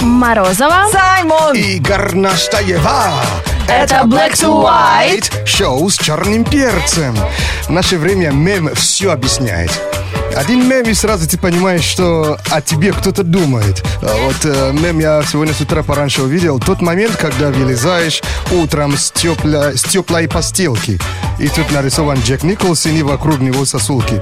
Морозова. Саймон! И Горнаштаева. Это Black to White. Шоу с черным перцем. В наше время мем все объясняет. Один мем, и сразу ты понимаешь, что о тебе кто-то думает. А Вот э, мем я сегодня с утра пораньше увидел. Тот момент, когда вылезаешь утром с, тепля, с теплой постелки. И тут нарисован Джек Николсон и вокруг него сосулки.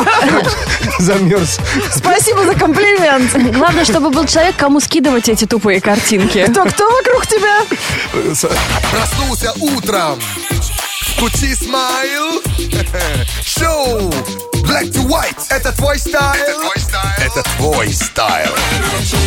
Замерз. Спасибо за комплимент. Главное, чтобы был человек, кому скидывать эти тупые картинки. Кто, кто вокруг тебя? Проснулся утром. Кучи смайл. Шоу. Black to white. Это твой стайл. Это твой стайл. Это твой стайл.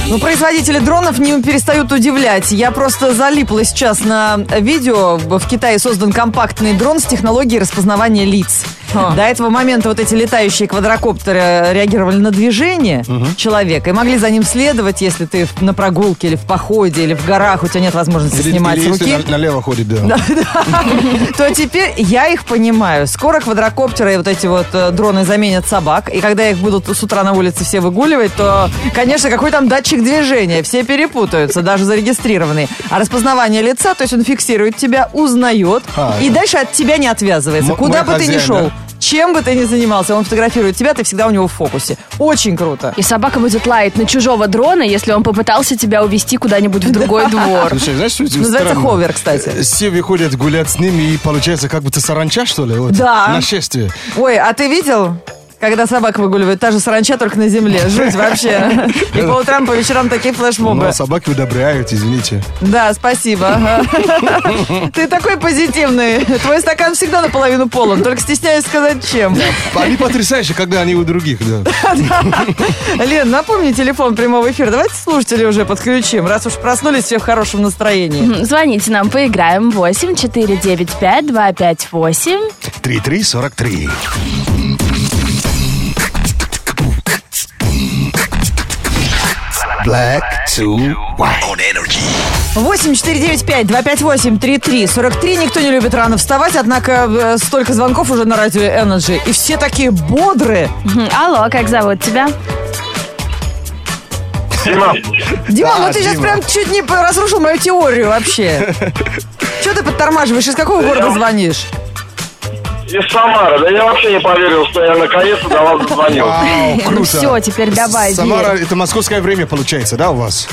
Ну, производители дронов не перестают удивлять. Я просто залипла сейчас на видео. В Китае создан компактный дрон с технологией распознавания лиц. А. До этого момента вот эти летающие квадрокоптеры реагировали на движение человека и могли за ним следовать, если ты в- на прогулке или в походе, или в горах, у тебя нет возможности Или- снимать или с если руки. на- налево ходит, да. то теперь я их понимаю. Скоро квадрокоптеры и вот эти вот э, дроны заменят собак. И когда их будут с утра на улице все выгуливать, то, конечно, какой там датчик движения? Все перепутаются, даже зарегистрированные. А распознавание лица, то есть он фиксирует тебя, узнает А, и да. дальше от тебя не отвязывается. М- Куда мой бы ты ни хозяин, шел, да? чем бы ты ни занимался, он фотографирует тебя, ты всегда у него в фокусе. Очень круто. И собака будет лаять на чужого дрона, если он попытался тебя увести куда-нибудь в другой двор. Слушай, знаешь, что этим Называется странно? ховер, кстати. Все выходят гулять с ними, и получается как будто саранча, что ли? Вот, Да. Нашествие. Ой, а ты видел? Когда собак выгуливают, та же саранча, только на земле. Жуть вообще. И по утрам, по вечерам такие флешмобы. Но собаки удобряют, извините. Да, спасибо. ага. Ты такой позитивный. Твой стакан всегда наполовину полон, только стесняюсь сказать, чем. Они потрясающие, когда они у других, да. Лен, напомни телефон прямого эфира. Давайте слушателей уже подключим, раз уж проснулись все в хорошем настроении. Звоните нам, поиграем. 8 495 258. 3343. Black to white. 8495-258-3343. Никто не любит рано вставать, однако э, столько звонков уже на радио Energy. И все такие бодрые. Мгм. Алло, как зовут тебя? Дима, Дима, Да, ну ты сейчас Дима. прям чуть не разрушил мою теорию вообще. Че ты подтормаживаешь? Из какого города звонишь? из Самары. Да я вообще не поверил, что я наконец-то до вас дозвонил. Вау, Ну круто. всё, теперь давай, Самара, верь. это московское время получается, да, у вас?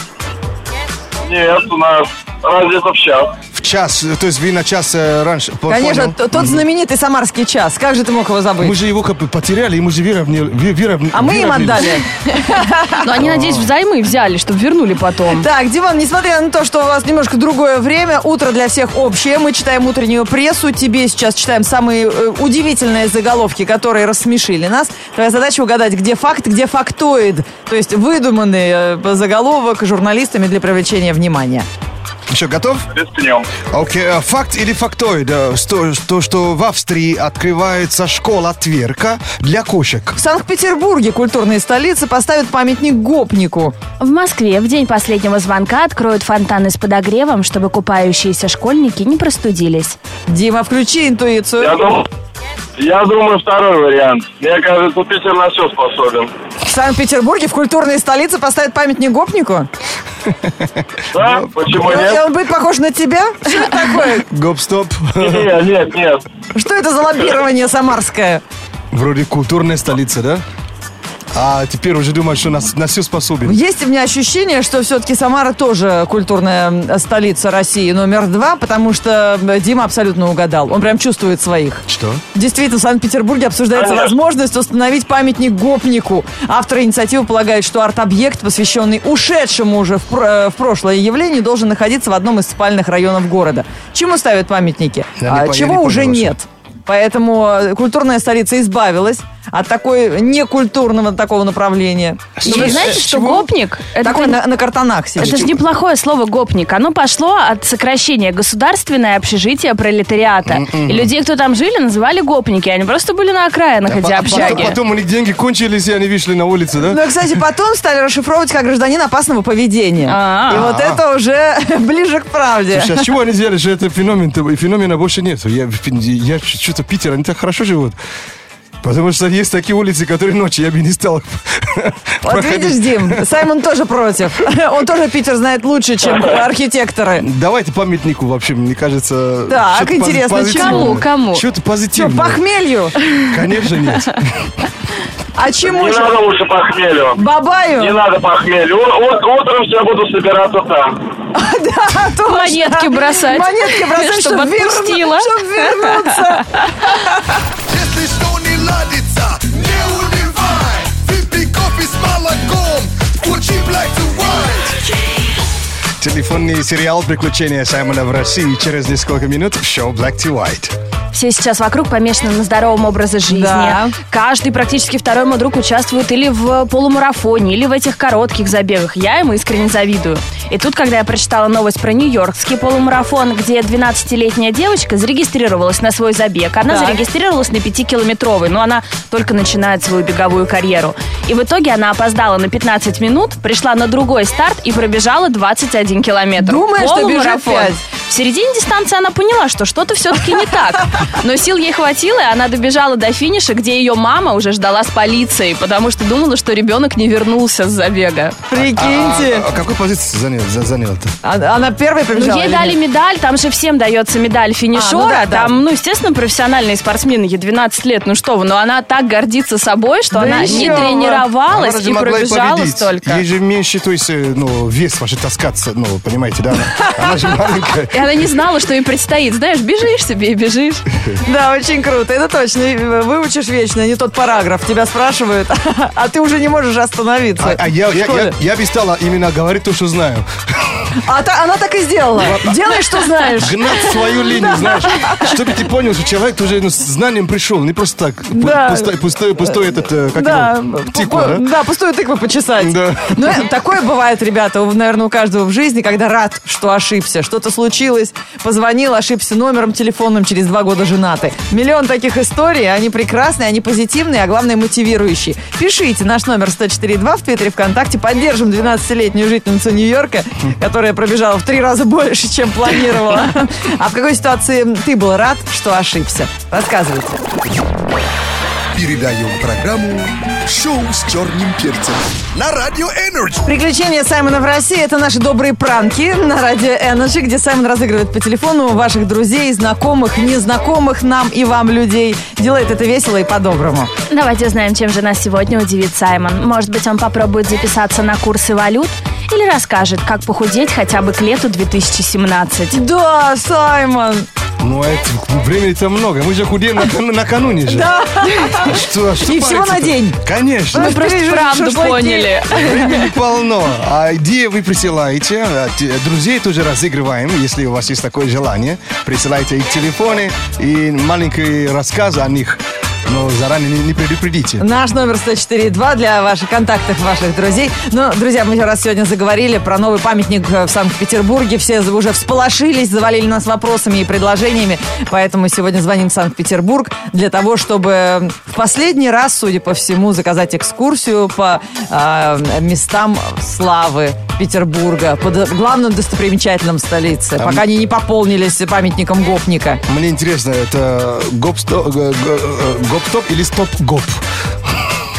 Нет, у нас разве в час. В час, э, то есть вы на час э, раньше. по- Конечно, понял. т- тот знаменитый самарский час. Как же ты мог его Мы забыть? же его как бы потеряли, и мы же веровни- ве- веровни- А мы им веровнились. отдали. Ну, они, надеюсь, взаймы взяли, чтобы вернули потом. Так, Диман, несмотря на то, что у вас немножко другое время, утро для всех общее, мы читаем утреннюю прессу, тебе сейчас читаем самые э, удивительные заголовки, которые рассмешили нас. Твоя задача угадать, где факт, где фактоид, то есть выдуманный э, заголовок журналистами для привлечения внимания. Еще готов? Рискнем. Окей, а факт или фактоид? э, Что, что, что в Австрии открывается школа тверка для кошек. В Санкт-Петербурге, культурной столице, поставят памятник гопнику. В Москве в день последнего звонка откроют фонтаны с подогревом, чтобы купающиеся школьники не простудились. Дима, включи интуицию. Я думаю, я думаю, второй вариант. Мне кажется, Питер на все способен. В Санкт-Петербурге в культурной столице поставят памятник гопнику? Да? Почему И нет? Ну, Он будет похож на тебя? Что это такое? Гоп-стоп. Нет, нет, нет. Что это за лоббирование самарское? Вроде культурная столица, да? А теперь уже думаю, что нас, на все способен. Есть у меня ощущение, что все-таки Самара тоже культурная столица России номер два, потому что Дима абсолютно угадал. Он прям чувствует своих. Что? Действительно, в Санкт-Петербурге обсуждается Конечно. возможность установить памятник гопнику. Авторы инициативы полагают, что арт-объект, посвященный ушедшему уже в, пр- э, в прошлое явлению, должен находиться в одном из спальных районов города. Чему ставят памятники? Я не А, понял, чего не понял уже вообще. нет? Поэтому э, культурная столица избавилась от такой некультурного такого направления. Но вы э, знаете, что гопник – это, Такой на, на картонах сидит. это же неплохое слово «гопник». Оно пошло от сокращения «государственное общежитие пролетариата». И людей, кто там жили, называли гопники. а Они просто были на окраинах эти А потом, общаги. потом у них деньги кончились, и они вышли на улицу, да? Ну, и, кстати, потом стали расшифровывать как гражданин опасного поведения. А. И вот это уже ближе к правде. Сейчас а чего они сделали, что это феномен, феномена больше нет. Я, я что-то Питер, они так хорошо живут. Потому что есть такие улицы, которые ночью я бы не стал Вот видишь, проходить. Дим, Саймон тоже против. Он тоже Питер знает лучше, чем архитекторы. Давайте памятнику вообще, мне кажется. Так, что-то пози- интересно, чему? позитивное. Кому, кому? Что-то Что, ну. позитивное. похмелью? Конечно нет. А чему Не же? надо лучше похмелью. Не Бабаю? надо похмелью. У- у- Утром все буду собираться там. Да, точно. Монетки бросать. Монетки Чтобы бросать, чтобы верну- отпустила. чтобы вернуться. Если что не ладится, не унывай. Выпей кофе с молоком, включи Black to White. Телефонный сериал «Приключения Саймона в России» через несколько минут в шоу «Black to White». Все сейчас вокруг помешаны на здоровом образе жизни. Да. Каждый практически второй мой друг участвует или в полумарафоне, или в этих коротких забегах. Я ему искренне завидую. И тут, когда я прочитала новость про нью-йоркский полумарафон, где 12-летняя девочка зарегистрировалась на свой забег. Она Так. зарегистрировалась на 5-километровый, но она только начинает свою беговую карьеру. И в итоге она опоздала на 15 минут, пришла на другой старт и пробежала 21 километр. Думаешь, что бежит Полумарафон. пять? В середине дистанции она поняла, что что-то все-таки не так. Но сил ей хватило, и она добежала до финиша, где ее мама уже ждала с полицией, потому что думала, что ребенок не вернулся с забега. Прикиньте. А, а какую позицию занял, за- занял ты? А- Она первая Ну, прибежала? ей или дали нет? медаль, там же всем дается медаль финишера. А, ну да, да. Там, ну, естественно, профессиональные спортсмены, ей 12 лет, ну что вы, но она так гордится собой, что она не еще бы. тренировалась Она же и могла и пробежала победить. столько. Ей же меньше, то есть, э, ну, вес вообще таскаться, ну, понимаете, да? Она, она же маленькая. И она не знала, что ей предстоит. Знаешь, бежишь себе и бежишь. Да, очень круто. Это точно. И э, Выучишь вечно, не тот параграф. Тебя спрашивают, а ты уже не можешь остановиться. А, а я, В я, я, школе. я бы стала именно говорить то, что знаю. А та- она так и сделала. Делай, что знаешь. Гнать свою линию, знаешь. Чтобы ты понял, что человек уже ну, с знанием пришел, не просто так. Пу- Да. Пустой, пустой, пустой этот, э, как Да, его, пу- тыкву, пу- да? да, пустую тыкву почесать. Да. Ну, э, такое бывает, ребята, у- наверное, у каждого в жизни, когда рад, что ошибся, что-то случилось, позвонил, ошибся номером телефонным, через два года женаты. Миллион таких историй, они прекрасные, они позитивные, а главное, мотивирующие. Пишите наш номер 104.2 в Твиттере ВКонтакте, поддержим 12-летнюю жительницу Нью-Йорка, которая пробежала в три раза больше, чем планировала. А в какой ситуации ты был рад, что ошибся? Рассказывайте. Передаем программу «Шоу с черным перцем» на Радио Энерджи. Приключения Саймона в России – это наши добрые пранки на радио Energy, где Саймон разыгрывает по телефону ваших друзей, знакомых, незнакомых нам и вам людей. Делает это весело и по-доброму. Давайте узнаем, чем же нас сегодня удивит Саймон. Может быть, он попробует записаться на курсы валют или расскажет, как похудеть хотя бы к лету 2017. Да, Саймон! Ну, это, времени-то много. Мы же худеем накану- накануне же. Да! Что, а что И всего париться-то? на день. Конечно. Мы Просто Ты же правду шашлыки. поняли. Времени полно. А идеи вы присылаете. а те- Друзей тоже разыгрываем, если у вас есть такое желание. Присылайте их телефоны и маленькие рассказы о них. Но заранее не, не предупредите. Наш номер 104.2 для ваших контактов, ваших друзей. Ну, друзья, мы еще раз сегодня заговорили про новый памятник э, в Санкт-Петербурге. Все за- уже всполошились, завалили нас вопросами и предложениями. Поэтому сегодня звоним в Санкт-Петербург для того, чтобы в последний раз, судя по всему, заказать экскурсию по э, местам славы Петербурга, по д- главным достопримечательным столицы, пока они не пополнились памятником гопника. Мне интересно, это э, гоп-стоп гоп-стоп или стоп-гоп?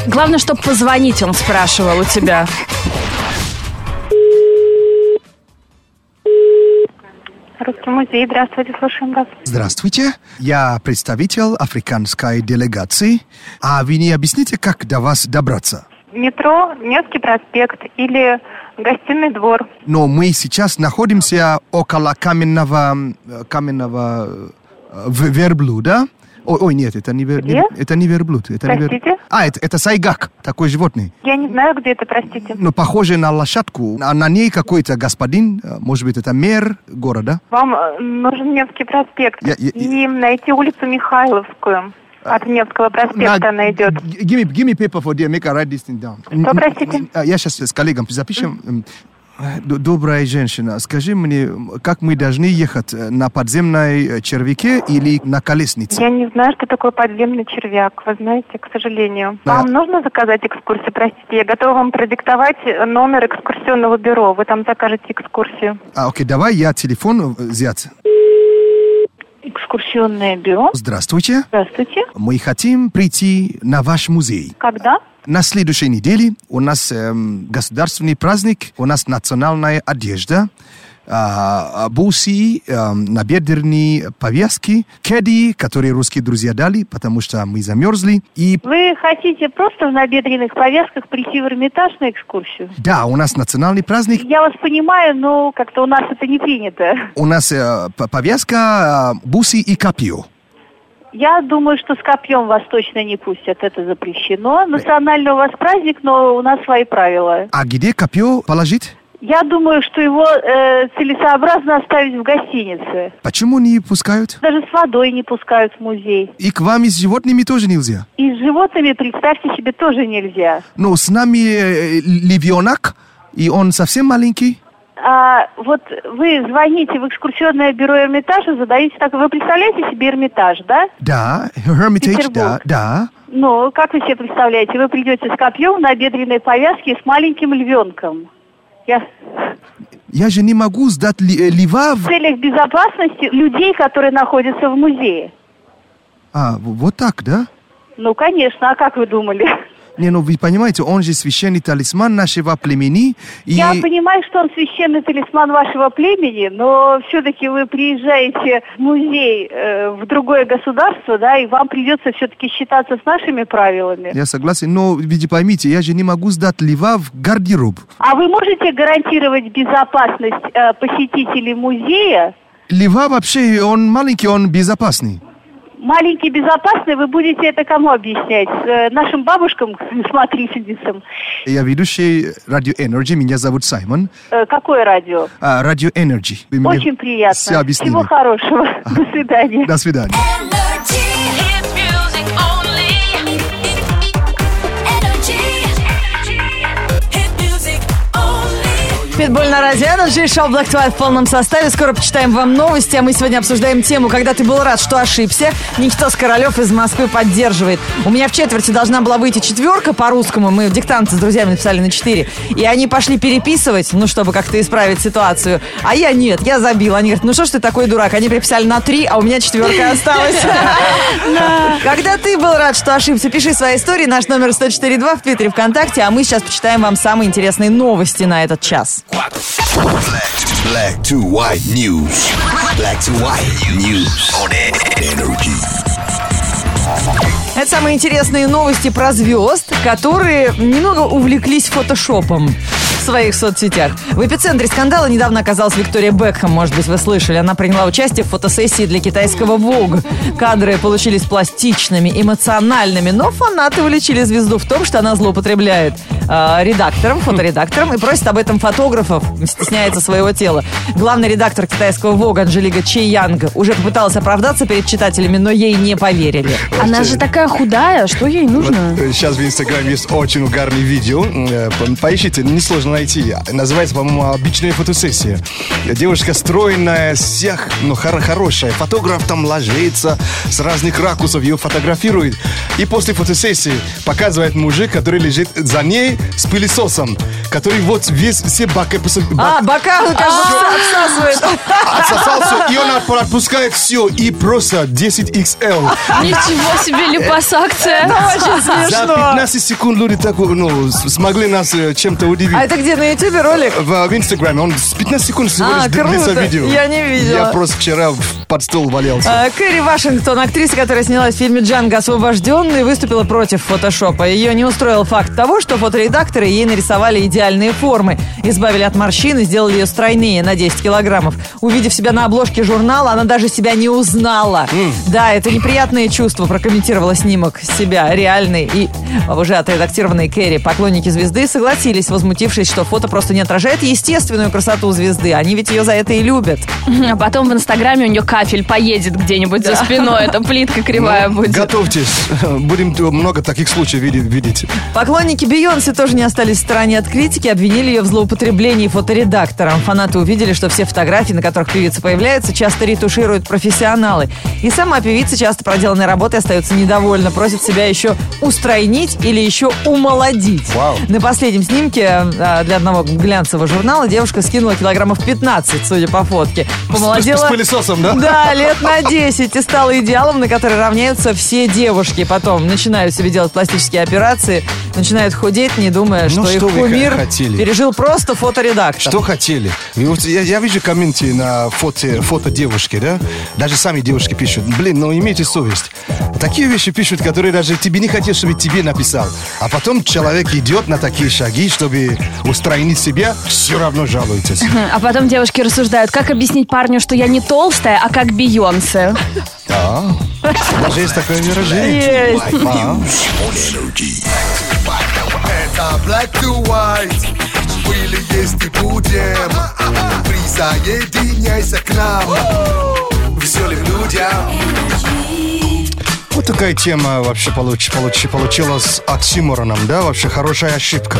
Главное, чтобы позвонить, он спрашивал у тебя. Русский музей, здравствуйте, слушаем вас. Здравствуйте, я представитель африканской делегации. А вы не объясните, как до вас добраться? Метро, Невский проспект или Гостиный двор. Но мы сейчас находимся около каменного, м, э, каменного э, в- верблюда. Ой, ой, нет, это не, вер- не- Где? это не верблюд. Это не вер- Простите? А, это, это сайгак, такое животное. Я не знаю, где это, простите. Но похоже на лошадку. А на ней какой-то господин, э, может быть, это мэр города. Вам э, нужен Невский проспект Я- я- и найти улицу Михайловскую. От Невского проспекта На- она идет. Г- Give me, give me paper for dear, make I write this thing down. Что, простите? А, Я сейчас с коллегам запишем. М, э, д- Добрая женщина, скажи мне, м, как мы должны ехать? э, На подземной э, червяке или на колеснице? Я не знаю, что такое подземный червяк, вы знаете, к сожалению. Да. Вам нужно заказать экскурсию, простите. Я готова вам продиктовать э, номер экскурсионного бюро. Вы там закажете экскурсию. А, окей, давай я телефон э, взять. экскурсионное бюро. Здравствуйте. Здравствуйте. Мы хотим прийти на ваш музей. Когда? На следующей неделе у нас эм, государственный праздник, у нас национальная одежда, а, бусы, эм, набедренные повязки, кеди, которые русские друзья дали, потому что мы замерзли. И Вы хотите просто в набедренных повязках прийти в Эрмитаж на экскурсию? да, у нас национальный праздник, Я вас понимаю, но как-то у нас это не принято. у нас э, п- повязка, э, бусы и копье. Я думаю, что с копьем вас точно не пустят, это запрещено. Национальный у вас праздник, но у нас свои правила. А где копье положить? Я думаю, что его э, целесообразно оставить в гостинице. Почему не пускают? Даже с водой не пускают в музей. И к вам и с животными тоже нельзя. И с животными, представьте себе, тоже нельзя. Но с нами э, львенок, и он совсем маленький. А, вот вы звоните в экскурсионное бюро Эрмитажа, задаете так, вы представляете себе Эрмитаж, да? Да, Hermitage, да, Петербург. да. Ну, как вы себе представляете, вы придете с копьем на бедренной повязке и с маленьким львенком. Я Я же не могу сдать ли- э, льва в в- целях безопасности людей, которые находятся в музее. А, в- вот так, да? Ну, конечно, а как вы думали? Не, ну вы понимаете, он же священный талисман нашего племени. И... Я понимаю, что он священный талисман вашего племени, но все-таки вы приезжаете в музей э, в другое государство, да, и вам придется все-таки считаться с нашими правилами. Я согласен, но ведь поймите, я же не могу сдать льва в гардероб. А вы можете гарантировать безопасность э, посетителей музея? Льва вообще, он маленький, он безопасный. Маленький безопасный, вы будете это кому объяснять? Э, нашим бабушкам, смотрительницам? Я ведущий Radio Energy, меня зовут Саймон. Э, какое радио? А, Radio Energy. Вы мне Очень приятно. Все объяснили. Всего хорошего. До свидания. До свидания. Energy. Hit music only. Energy. Hit music only. Питбуль на радио Energy, шоу Black to White в полном составе. Скоро почитаем вам новости, а мы сегодня обсуждаем тему, когда ты был рад, что ошибся. Никитос Королев из Москвы поддерживает. У меня в четверти должна была выйти четверка по-русскому. Мы в диктанте с друзьями написали на четыре. И они пошли переписывать, ну, чтобы как-то исправить ситуацию. А я нет, я забил. Они говорят, ну что ж ты такой дурак? Они приписали на три, а у меня четверка осталась. Когда ты был рад, что ошибся, пиши свои истории. Наш номер 104.2 в Твиттере ВКонтакте. А мы сейчас почитаем вам самые интересные новости на этот час. Black to white news. Black to white news on energy. Это самые интересные новости про звезд, которые немного увлеклись фотошопом в своих соцсетях. В эпицентре скандала недавно оказалась Виктория Бекхэм, может быть, вы слышали. Она приняла участие в фотосессии для китайского Vogue. Кадры получились пластичными, эмоциональными, но фанаты уличили звезду в том, что она злоупотребляет э, редактором, фоторедактором и просит об этом фотографов, стесняется своего тела. Главный редактор китайского Vogue Анжелика Чей Янг уже попыталась оправдаться перед читателями, но ей не поверили. Она же такая худая, что ей нужно? Сейчас в Инстаграме есть очень угарное видео. Э, по- Поищите, несложно найти. Называется, по-моему, «Обычная фотосессия». Девушка стройная, всех, но хоро- хорошая. Фотограф там ложится, с разных ракурсов ее фотографирует. И после фотосессии показывает мужик, который лежит за ней с пылесосом, который вот весь, все бака... А, бока как бы обсасывает. Отсосался, и он отп- отпускает все, и просто 10XL. Ничего себе липосакция. Очень За смешно. 15 секунд люди так, ну, с- смогли нас э, чем-то удивить. А это где, на ютубе ролик? В, в Инстаграме, он с 15 секунд всего А, лишь длится круто. видео. Я не видела. Я просто вчера в- под стол валялся. А, Кэрри Вашингтон, актриса, которая снялась в фильме «Джанго освобожденный», выступила против фотошопа. Ее не устроил факт того, что фоторедакторы ей нарисовали идеальные формы, избавили от морщин и сделали ее стройнее на 10 килограммов. Увидев себя на обложке журнала, она даже себя не узнала. Да, это неприятное чувство, прокомментировала снимок себя, реальный и а, уже отредактированный Кэрри. Поклонники звезды согласились, возмутившись, что фото просто не отражает естественную красоту звезды. Они ведь ее за это и любят. А потом в Инстаграме у нее кафель поедет где-нибудь за спиной. Эта плитка Ну, кривая будет. Готовьтесь, будем много таких случаев види- видеть. Поклонники Бейонсе тоже не остались в стороне от критики. Аналитики обвинили ее в злоупотреблении фоторедактором. Фанаты увидели, что все фотографии, на которых певица появляется, часто ретушируют профессионалы. И сама певица часто проделанной работой остается недовольна, просит себя еще устройнить или еще умолодить. Вау. На последнем снимке э, для одного глянцевого журнала девушка скинула килограммов 15, судя по фотке. Помолодела... с пылесосом, да? Да, лет на 10 и стала идеалом, на который равняются все девушки. Потом начинают себе делать пластические операции, начинают худеть, не думая, что, Ну, их что вы кумир хотели? пережил просто фоторедактор. Что хотели? И Ну, вот Я, я вижу комменты на фото, фото девушки, да? Даже сами девушки пишут. Блин, ну имейте совесть. Такие вещи пишут, которые даже тебе не хотят, чтобы тебе написал. А потом человек идет на такие шаги, чтобы устранить себя, все равно жалуетесь. А потом девушки рассуждают, как объяснить парню, что я не толстая, а как Бейонсе. Да. Даже есть такое выражение. Есть. А. Это black to white Были, есть и будем e Присоединяйся к нам Веселым людям Вот такая тема вообще получ, получ, получилась с оксимороном, да? Вообще хорошая ошибка.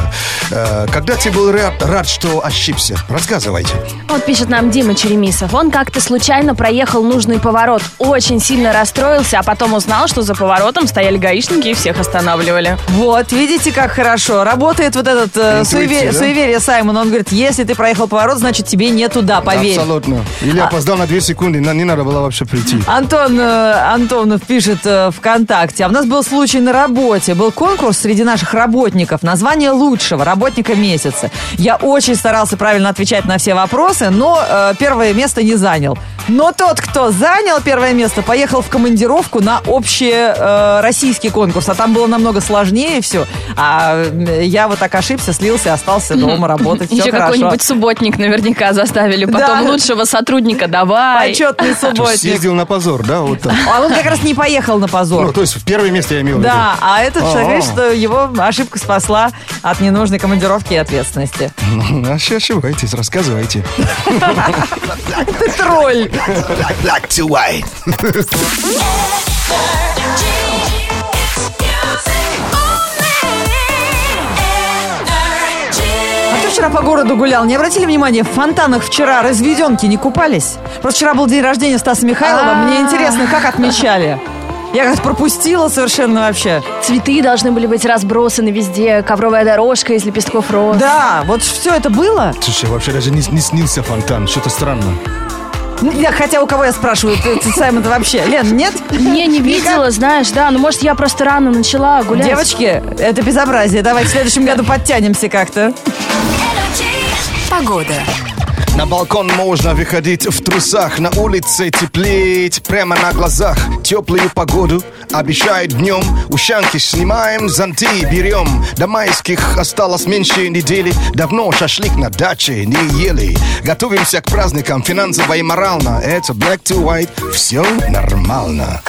Э, когда ты был рад, рад, что ошибся? Рассказывайте. Вот пишет нам Дима Черемисов. Он как-то случайно проехал нужный поворот, очень сильно расстроился, а потом узнал, что за поворотом стояли гаишники и всех останавливали. Вот, видите, как хорошо. Работает вот этот э, Интуитив, суеве- да? суеверие Саймон. Он говорит, если ты проехал поворот, значит тебе не туда, поверь. А- Абсолютно. Или опоздал на 2 секунды, на- не надо было вообще прийти. Антон э, Антонов пишет э, ВКонтакте. А у нас был случай на работе. Был конкурс среди наших работников. Название лучшего работника месяца. Я очень старался правильно отвечать на все вопросы, но э, первое место не занял. Но тот, кто занял первое место, поехал в командировку на общий э, российский конкурс. А там было намного сложнее все. А э, я вот так ошибся, слился, остался дома работать. Все Еще хорошо. какой-нибудь субботник наверняка заставили. Потом Да. лучшего сотрудника давай. Почетный субботник. Съездил на позор, да? Вот так. А он как раз не поехал на позор. Ну, то есть в первое место я имел в виду. Да, а этот человек говорит, А-а. что его ошибка спасла от ненужной командировки и ответственности. Вообще Ну, ошибаетесь, рассказывайте. Ты тролль! Black to white А ты вчера по городу гулял. Не обратили внимания, в фонтанах вчера разведенки не купались? Просто вчера был день рождения Стаса Михайлова. Мне интересно, как отмечали? Я как пропустила совершенно вообще. Цветы должны были быть разбросаны везде, ковровая дорожка из лепестков роз. Да, вот все это было. Слушай, вообще даже не, не снился фонтан, что-то странно. Ну, я- хотя у кого я спрашиваю, ты, ты, Саймон, это вообще? Лен, нет? Не, не видела, знаешь, да. Ну, может, я просто рано начала гулять. Девочки, это безобразие. Давайте в следующем году подтянемся как-то. Погода. На балкон можно выходить в трусах, на улице теплеть прямо на глазах. Теплую погоду обещает днем, ушанки снимаем, зонты берем. До майских осталось меньше недели, давно шашлык на даче не ели. Готовимся к праздникам финансово и морально, это black to white, все нормально.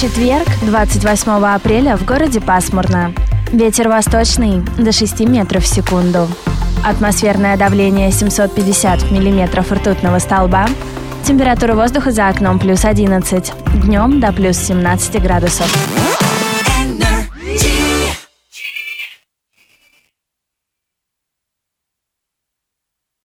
Четверг, 28 апреля, в городе пасмурно. Ветер восточный до 6 метров в секунду. Атмосферное давление 750 миллиметров ртутного столба. Температура воздуха за окном плюс 11. Днем до плюс 17 градусов.